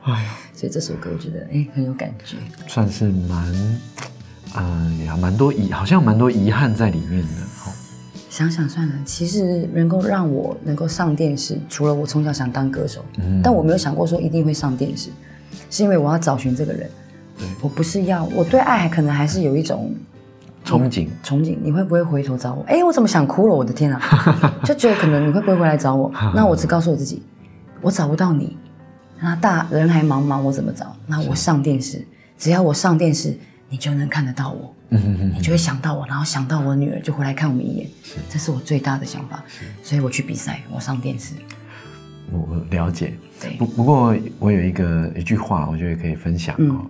A: 哎呀，
B: 所以这首歌我觉得哎、很有感觉。
A: 算是蛮，呃，也蛮多遗，好像蛮多遗憾在里面的，哦
B: 想想算了，其实能够让我能够上电视，除了我从小想当歌手，
A: 嗯
B: 但我没有想过说一定会上电视，是因为我要找寻这个人
A: 对。
B: 我不是要，我对爱还可能还是有一种
A: 憧憬，
B: 憧憬。你会不会回头找我？哎，我怎么想哭了？我的天啊！就觉得可能你会不会回来找我？那我只告诉我自己，我找不到你。那大人海茫茫，我怎么找？那我上电视，只要我上电视，你就能看得到我。
A: 嗯嗯嗯
B: 你就会想到我，然后想到我女儿就回来看我们一眼，这是我最大的想法。所以我去比赛，我上电视，
A: 我我了解。
B: 对
A: 不不过我有一个一句话，我觉得也可以分
B: 嗯
A: 享哦。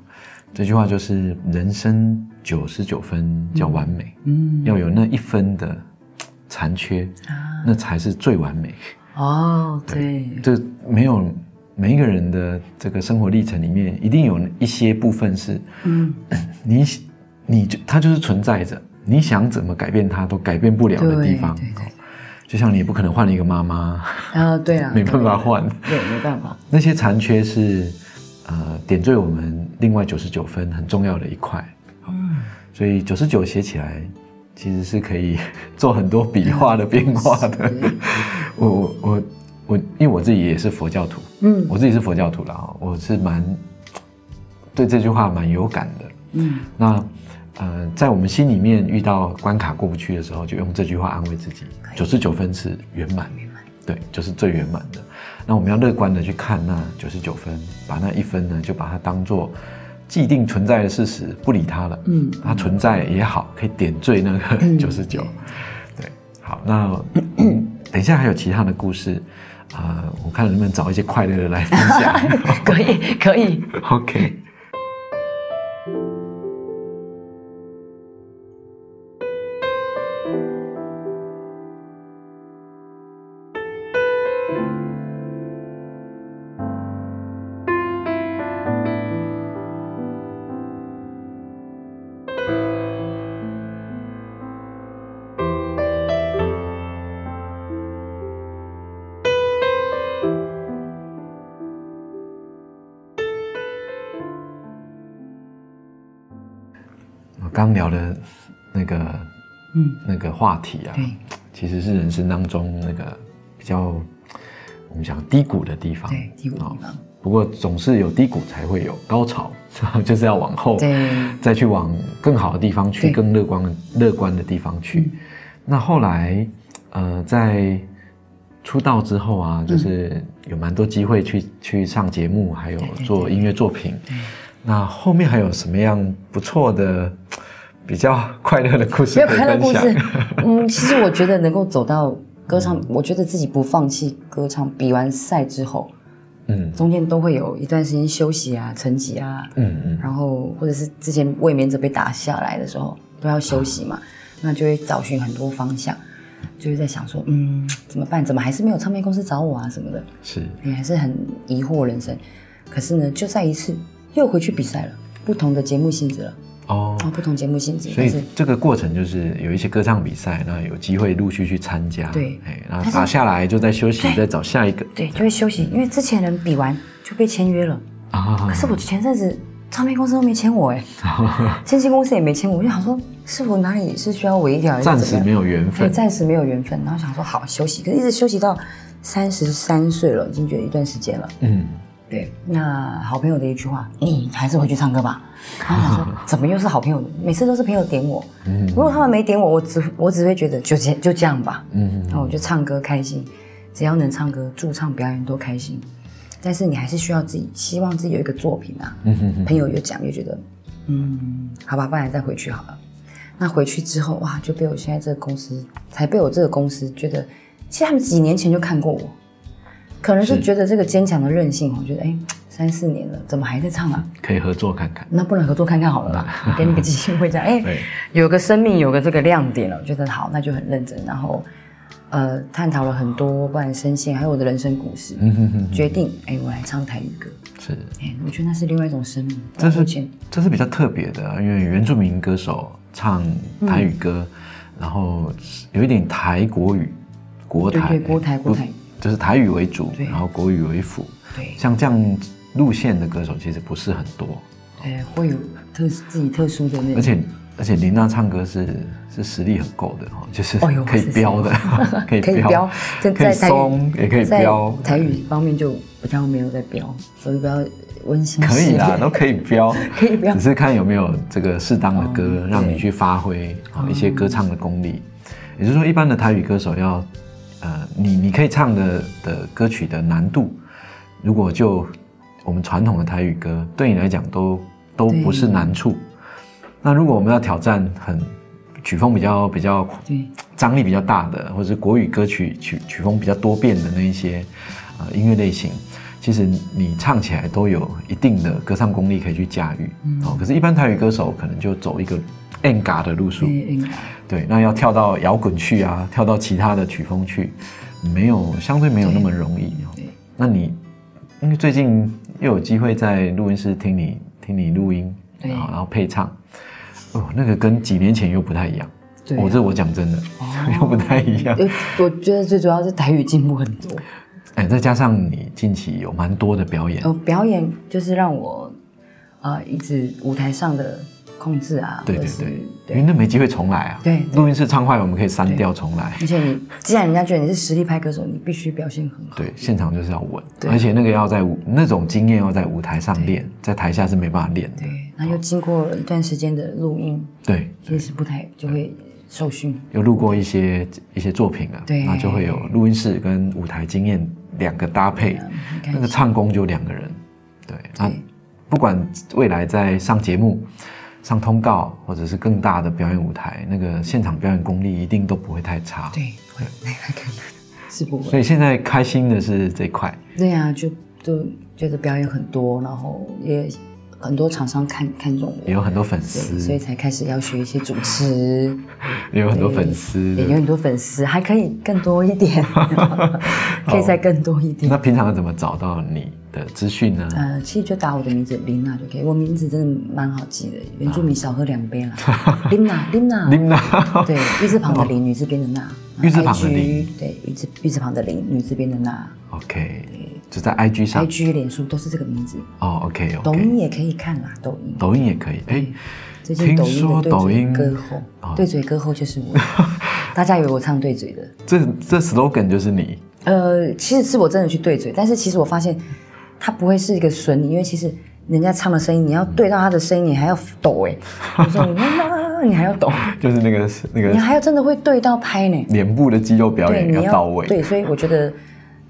A: 这句话就是人生九十九分叫完美，
B: 嗯
A: 要有那一分的嘖残缺，
B: 啊，
A: 那才是最完美。
B: 哦，对，
A: 这没有每一个人的这个生活历程里面，一定有一些部分是
B: 嗯，
A: 你你就它就是存在着，你想怎么改变它都改变不了的地
B: 对
A: 方。
B: 对对
A: 哦就像你也不可能换一个妈妈，
B: 啊，对啊，
A: 没办法换。
B: 对，对，没办法，
A: 那些残缺是，呃，点缀我们另外九十九分很重要的一块，
B: 嗯，
A: 所以九十九写起来其实是可以 做很多笔画的变化的
B: 是。
A: 我 我我我，因为我自己也是佛教徒，
B: 嗯
A: 我自己是佛教徒啦，哦我是蛮对这句话蛮有感的。
B: 嗯，
A: 那呃，在我们心里面遇到关卡过不去的时候，就用这句话安慰自己：
B: 以
A: 九十九分是圆满，
B: 明白，
A: 对，就是最圆满的。那我们要乐观的去看那九十九分，把那一分呢，就把它当做既定存在的事实，不理它了。
B: 嗯，
A: 它存在也好，可以点缀那个
B: 嗯
A: 九十九。对，好， 那嗯等一下还有其他的故事，啊、我看能不能找一些快乐的来分 享。
B: 可以，可以，
A: OK。我刚聊的那个
B: 嗯，
A: 那个话题啊，
B: 对，
A: 其实是人生当中那个比较我们讲低谷的地方。哦
B: 对，低谷地方，
A: 不过总是有低谷才会有高潮。 就是要往后，
B: 对，
A: 再去往更好的地方去，
B: 对嗯
A: 更乐观乐观的地方去。那后来，呃，在出道之后
B: 嗯
A: 啊，就是有蛮多机会去去上节目，还有
B: 对对
A: 做音乐作品。那后面还有什么样不错的、比较快乐的故事
B: 没有
A: 可以
B: 快
A: 分
B: 乐故
A: 享
B: 事？。嗯，其实我觉得能够走到歌唱，
A: 嗯
B: 我觉得自己不放弃歌唱，比完赛之后，
A: 嗯
B: 中间都会有一段时间休息啊、沉寂啊，
A: 嗯嗯，
B: 然后或者是之前卫冕者被打下来的时候都要休息嘛，那就会找寻很多方向，就会在想说，嗯，怎么办？怎么还是没有唱片公司找我啊什么的？
A: 是
B: 你还是很疑惑人生。可是呢，就在一次又回去比赛了，不同的节目性质了
A: 哦。
B: 啊，不同节目性质，
A: 所
B: 但是
A: 以这个过程就是有一些歌唱比赛，那有机会陆续去参加，
B: 对
A: 哎，然后
B: 但是
A: 打下来就在休息，
B: 对
A: 再找下一个
B: 对就会休息，因为之前人比完就被签约了，
A: 啊
B: 可是我前阵子唱片公司都没签 我哎、经纪公司也没签我，我就想说是我哪里是需要微调，还是
A: 啊暂
B: 怎
A: 时
B: 么样
A: 没有缘
B: 对，
A: 分。
B: 暂时没有缘分，然后想说好休息，可是一直休息到三十三岁了，已经觉得一段时间了。
A: 嗯，
B: 对，那好朋友的一句话，你还是回去唱歌吧。然后想说，怎么又是好朋友？每次都是朋友点我，
A: 嗯
B: 如果他们没点我，我只我只会觉得就这就这样吧。
A: 嗯
B: 然后我就唱歌开心，只要能唱歌，驻唱表演都开心。但是你还是需要自己，希望自己有一个作品啊。
A: 嗯嗯
B: 朋友有讲，就觉得，嗯，好吧，不然再回去好了。那回去之后，哇，就被我现在这个公司，才被我这个公司觉得，其实他们几年前就看过我，可能是
A: 是
B: 觉得这个坚强的韧性，我觉得，哎，三四年了，怎么还在唱啊？
A: 可以合作看看。
B: 那不能合作看看好了
A: 啊
B: 啦，给你个机会这 样，哎
A: 对，
B: 有个生命，有个这个亮点了，我觉得好，那就很认真，然后，呃，探讨了很多，不然声线，还有我的人生故事，
A: 嗯哼哼，
B: 决定，哎，我来唱台语歌，
A: 是，
B: 哎，我觉得那是另外一种生命，
A: 这
B: 抱歉
A: 是这是比较特别的啊，因为原住民歌手唱台语歌，
B: 嗯
A: 然后有一点台国语，国台
B: 对对国台
A: 哎
B: 国台
A: 不就是台语为主，
B: 对
A: 然后国语为辅。
B: 对。
A: 像这样路线的歌手其实不是很多，
B: 哎，会有特自己特殊的那种，
A: 而且而且林娜唱歌是是实力很够的哈，就是
B: 哎呦
A: 可以
B: 是是
A: 飙 的，可以
B: 可以飙，在
A: 可以
B: 在台
A: 松
B: 语
A: 也可以嗯飙
B: 在台语方面就比较没有在飙，所以比较温馨
A: 可以 啦，
B: 系列
A: 都可以飙，
B: 可以飙
A: 只是看有没有这个适当的歌
B: 哦
A: 让你
B: 对
A: 去发挥
B: 哦
A: 啊一些歌唱的功力。也就是说，一般的台语歌手要，呃，你你可以唱的的歌曲的难度，如果就我们传统的台语歌，对你来讲都都
B: 对
A: 不是难处。那如果我们要挑战很曲风比较比较
B: 对
A: 张力比较大的，或者是国语歌曲曲曲风比较多变的那一些呃音乐类型，其实你唱起来都有一定的歌唱功力可以去驾驭。
B: 嗯
A: 哦，可是，一般台语歌手可能就走一个 N 嘎的路数，
B: 对嗯
A: 对，那要跳到摇滚去啊，跳到其他的曲风去，没有相对没有那么容易。哦
B: 对
A: 那你因为最近又有机会在录音室听你听你录音，
B: 对
A: 然后然后配唱，哦，那个跟几年前又不太一样。
B: 对啊
A: 哦
B: 哦
A: 我、这我讲真的，又不太一样。
B: 呃我觉得最主要是台语进步很多，
A: 哎，再加上你近期有蛮多的表演，
B: 呃，表演就是让我呃一直舞台上的控制啊，
A: 对
B: 或
A: 对
B: 者是
A: 对，因为那没机会重来啊。
B: 对对
A: 录音室唱坏我们可以删掉重来。
B: 而且你既然人家觉得你是实力派歌手，你必须表现很好，
A: 对，现场就是要稳，
B: 对
A: 而且那个要在舞那种经验要在舞台上练，在台下是没办法练的。
B: 对，那又经过了一段时间的录音，
A: 对，
B: 其实不太就会受训。
A: 又录过一些一些作品啊，
B: 对
A: 那就会有录音室跟舞台经验两个搭配，
B: 很开
A: 那个
B: 心
A: 唱功就两个人。对，那
B: 对
A: 不管未来在上节目、上通告，或者是更大的表演舞台，那个现场表演功力一定都不会太差。
B: 对，会看看是不会。
A: 所以现在开心的是这一块，
B: 对呀、就就觉得表演很多，然后也很多厂商看看中
A: 也
B: 我，
A: 有很多粉
B: 对所
A: 丝
B: 以，才开始要学一些主持，
A: 也有很多粉丝，
B: 也有很多粉丝，还可以更多一 点，可以再更多一点
A: 那。平常要怎么找到你的资讯呢？
B: 呃，其实就打我的名字琳娜就可以，我名字真的蛮好记的，原住民少喝两杯 啦。琳娜，琳娜，
A: 琳娜，
B: 对，玉字旁的琳，女字边的娜，
A: 玉字旁的
B: IG
A: 琳，
B: 对，玉字玉字旁的琳，女字边的娜
A: OK，就在 IG 上
B: ，IG、脸书都是这个名字，
A: 哦，OK
B: 抖
A: OK，
B: 音也可以看啦，抖音。
A: 抖音也可以，哎，
B: 最近抖
A: 听
B: 音
A: 说
B: 的对
A: 抖音
B: 嘴歌后，
A: 哦
B: 对嘴歌后就是 我，大家以为我唱对嘴的，
A: 这这 slogan 就是你，
B: 呃，其实是我真的去对嘴，但是其实我发现它不会是一个损你，因为其实人家唱的声音，你要对到他的声音，你还要抖哎、我 说你妈，你还要抖，
A: 就是那个是那
B: 你
A: 个
B: 还要真的会对到拍呢、
A: 脸部的肌肉表
B: 对，
A: 演
B: 你
A: 要到位。
B: 对，所以我觉得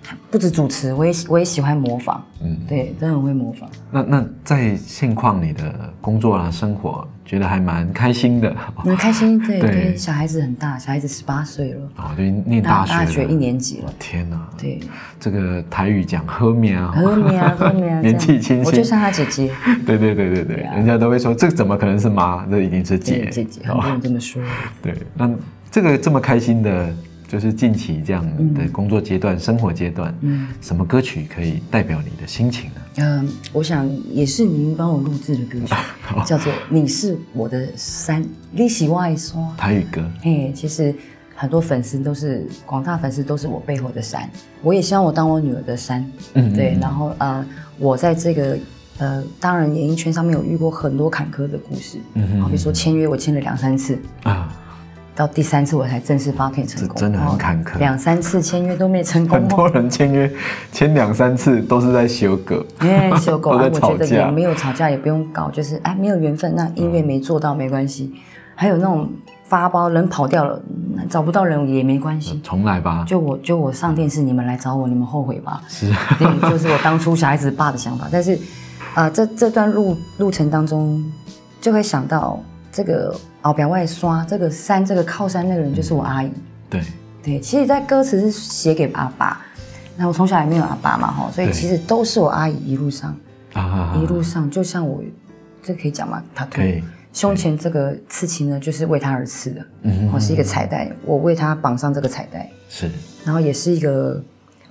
B: 他不止主持，我也喜我也喜欢模仿，嗯，对，真的很会模仿。
A: 那那在现况你的工作啊、生活，觉得还蛮开心的。
B: 很开心，对
A: 对
B: 对，小孩子很大，小孩子十八岁了，
A: 哦，就念
B: 啊大
A: 大学了，
B: 学一年级了，
A: 天哪，
B: 对，
A: 这个台语讲喝面啊，
B: 喝米 啊，喝米啊，
A: 年
B: 这
A: 纪
B: 样
A: 轻
B: 我就
A: 轻，
B: 像他姐姐，
A: 对对对对对，人家都会说这怎么可能是妈，这一定是
B: 对
A: 姐
B: 姐姐，很
A: 哦
B: 多人这么说，
A: 对，那这个这么开心的，就是近期这样的工作阶段、生活阶段，
B: 嗯
A: 什么歌曲可以代表你的心情呢？
B: 嗯，我想也是您帮我录制的歌 曲，
A: 哦
B: 叫做《你是我的山》，你是我的山。
A: 台语歌，
B: 嘿，其实很多粉丝都是广大粉丝都是我背后的山，我也希望我当我女儿的山。
A: 嗯
B: 对
A: 嗯，
B: 然后呃，我在这个呃，当然演艺圈上面有遇过很多坎坷的故事，
A: 嗯哼
B: 好比说签约我签了两三次，
A: 啊，
B: 到第三次我才正式发片成功，
A: 这真的很坎坷
B: 哦两三次签约都没成功
A: 很
B: 哦。
A: 多人签约签两三次都是在修歌，
B: 哎，小狗，
A: 都
B: 啊
A: 在
B: 我觉
A: 吵
B: 得
A: 架嗯
B: 也没有吵架，也不用搞，就是哎，没有缘分，那音乐没做到没关系。还有那种发包人跑掉了，嗯找不到人也没关系。
A: 重来吧，
B: 就我就我上电视，你们来找我，你们后悔吧。
A: 是
B: 对，就是我当初小孩子爸的想法。但是，啊、这这段路路程当中，就会想到这个鳌表外刷这个山这个靠山那个人就是我阿姨。
A: 对，
B: 对，其实，在歌词是写给阿爸，那我从小也没有阿爸嘛，哈，所以
A: 对
B: 其实都是我阿姨一路上
A: 啊
B: 一路上，就像我这可以讲吗？他
A: 可以，
B: 胸前这个刺青呢，就是为他而刺的，
A: 嗯
B: 哦，是一个彩带，我为他绑上这个彩带。
A: 是
B: 然后也是一个，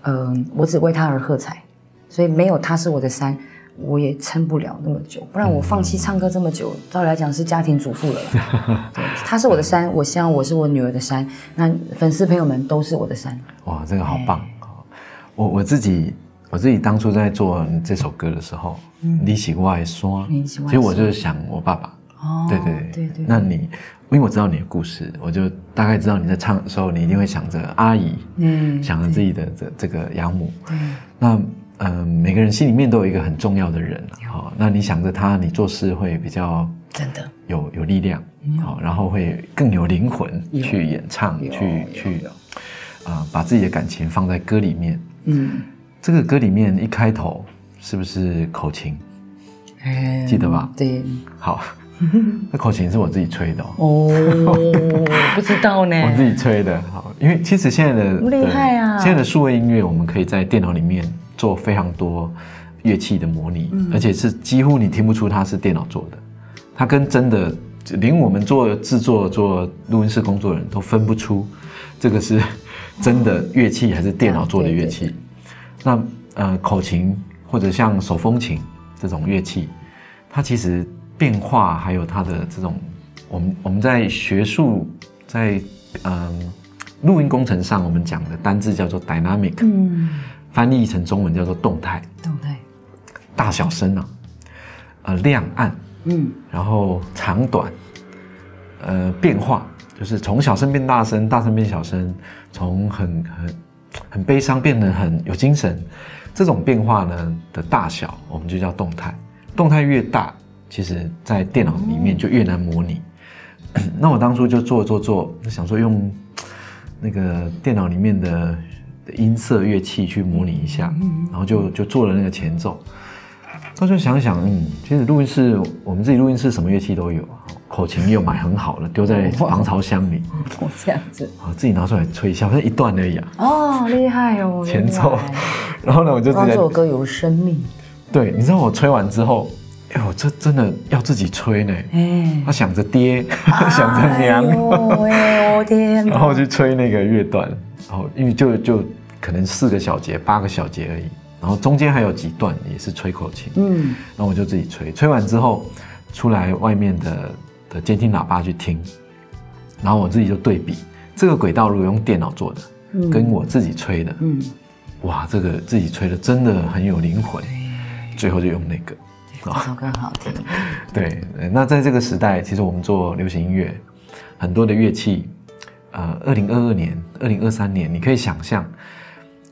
B: 嗯、我只为他而喝彩，所以没有他是我的山，我也撑不了那么久。不然
A: 嗯
B: 我放弃唱歌这么久，照理来讲是家庭主妇了啦。 对，他是我的山，我希望我是我女儿的山，那粉丝朋友们都是我的山。
A: 哇，这个好棒！
B: 哎
A: 哦我我自己我自己当初在做这首歌的时候，你喜外说，
B: 你喜欢
A: 其实我就是想我爸爸。
B: 哦
A: 对对
B: 对对，
A: 那你因为我知道你的故事，我就大概知道你在唱的时候，你一定会想着阿姨，
B: 嗯，
A: 想着自己的这这个养母。
B: 对，
A: 那嗯、呃每个人心里面都有一个很重要的人，好、那你想着他，你做事会比较
B: 真的
A: 有有力量，好、然后会更有灵魂
B: 嗯有
A: 去演唱，
B: 有
A: 去
B: 有
A: 去
B: 有
A: 啊、把自己的感情放在歌里面。
B: 嗯，
A: 这个歌里面一开头是不是口琴？
B: 哎
A: 记得吧？
B: 对，
A: 好， 那口琴是我自己吹的、哦，
B: 哦，不知道呢，
A: 我自己吹的。好，因为其实现在的
B: 厉害啊
A: 对现在的数位音乐，我们可以在电脑里面做非常多乐器的模拟，
B: 嗯
A: 而且是几乎你听不出它是电脑做的，它跟真的连我们做制作、做录音室工作人都分不出这个是真的乐器还是电
B: 啊
A: 脑做的乐器。那呃，口琴或者像手风琴这种乐器，它其实变化还有它的这种，我们我们在学术在嗯录音工程上，我们讲的单字叫做 dynamic，、
B: 嗯，
A: 翻译成中文叫做动态、
B: 懂对，
A: 大小声啊，呃亮暗，
B: 嗯，
A: 然后长短，呃变化，就是从小声变大声，大声变小声，从很很很悲伤变得很有精神，这种变化呢的大小，我们就叫动态。动态越大，其实在电脑里面就越难模拟。那我当初就做做做，想说用那个电脑里面的音色乐器去模拟一下，然后就就做了那个前奏。到时候想想，嗯，其实录音室我们自己录音室什么乐器都有，啊口琴又买很好了，丢在防潮箱里，
B: 我这样子。
A: 啊，自己拿出来吹一下，反正一段而已啊。
B: 哦，厉害哦！
A: 前奏
B: 原来，
A: 然后呢，我就自
B: 让
A: 己在
B: 这首歌有生命。
A: 对，你知道我吹完之后，哎呦，这真的要自己吹呢。
B: 哎，
A: 他想着爹， 想着娘，
B: 哎呦喂，我天哪！
A: 然后去吹那个乐段，然后因为就就可能四个小节、八个小节而已，然后中间还有几段也是吹口琴，
B: 嗯，
A: 然后我就自己吹，吹完之后出来外面的的监听喇叭去听，然后我自己就对比这个轨道如果用电脑做的，跟我自己吹的，
B: 嗯，
A: 哇，这个自己吹的真的很有灵魂，最后就用那个。
B: 这首歌好听。
A: 对，呃那在这个时代，其实我们做流行音乐，很多的乐器，呃，二零二二年、二零二三年，你可以想象，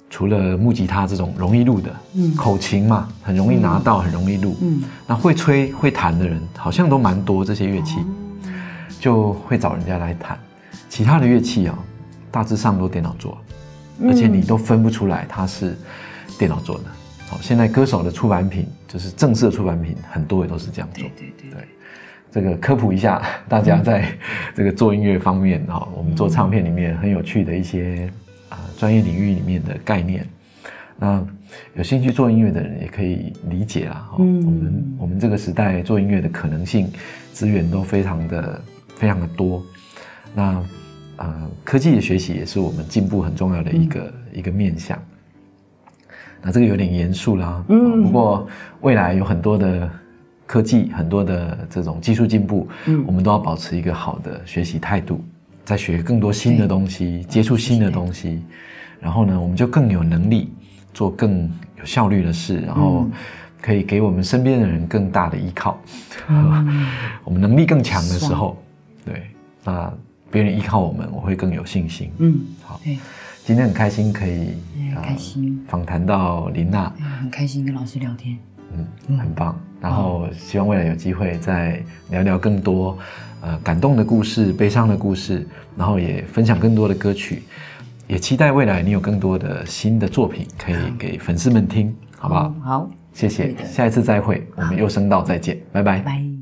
A: 除了木吉他这种容易录的，
B: 嗯
A: 口琴嘛，很容易拿到，很容易录。
B: 嗯，
A: 那会吹会弹的人好像都蛮多，这些乐
B: 哦
A: 器就会找人家来弹。其他的乐器啊、大致上都电脑做，
B: 嗯
A: 而且你都分不出来它是电脑做的。好，现在歌手的出版品就是正式的出版品，很多也都是这样做
B: 对。对对
A: 对这个科普一下大
B: 嗯
A: 家在这个做音乐方面啊、我们做唱片里面很有趣的一些啊、专业领域里面的概念。那有兴趣做音乐的人也可以理解啦。哦
B: 嗯
A: 我们我们这个时代做音乐的可能性资源都非常的非常的多。那呃，科技的学习也是我们进步很重要的一
B: 嗯
A: 个、一个面向。那这个有点严肃啦，
B: 嗯
A: 嗯，不过未来有很多的科技，很多的这种技术进步，
B: 嗯
A: 我们都要保持一个好的学习态度，再学更多新的东西，接
B: 嗯
A: 触新的东西，然后呢，我们就更有能力做更有效率的事，然后
B: 嗯
A: 可以给我们身边的人更大的依靠。
B: 嗯
A: 我们能力更强的时候，
B: 啊
A: 对，那别人依靠我们，我会更有信心。
B: 嗯，
A: 好
B: 对，
A: 今天很开心可以
B: 也很
A: 啊
B: 开心，
A: 访谈到林娜，
B: 哎呀很开心跟老师聊天。
A: 嗯，很棒。然后希望未来有机会再聊聊更多，呃，感动的故事、悲伤的故事，然后也分享更多的歌曲，也期待未来你有更多的新的作品可以给粉丝们听，好不好？
B: 嗯好，
A: 谢
B: 对
A: 谢，
B: 的
A: 下一次再会，我们又声道再见，拜拜
B: 拜。拜。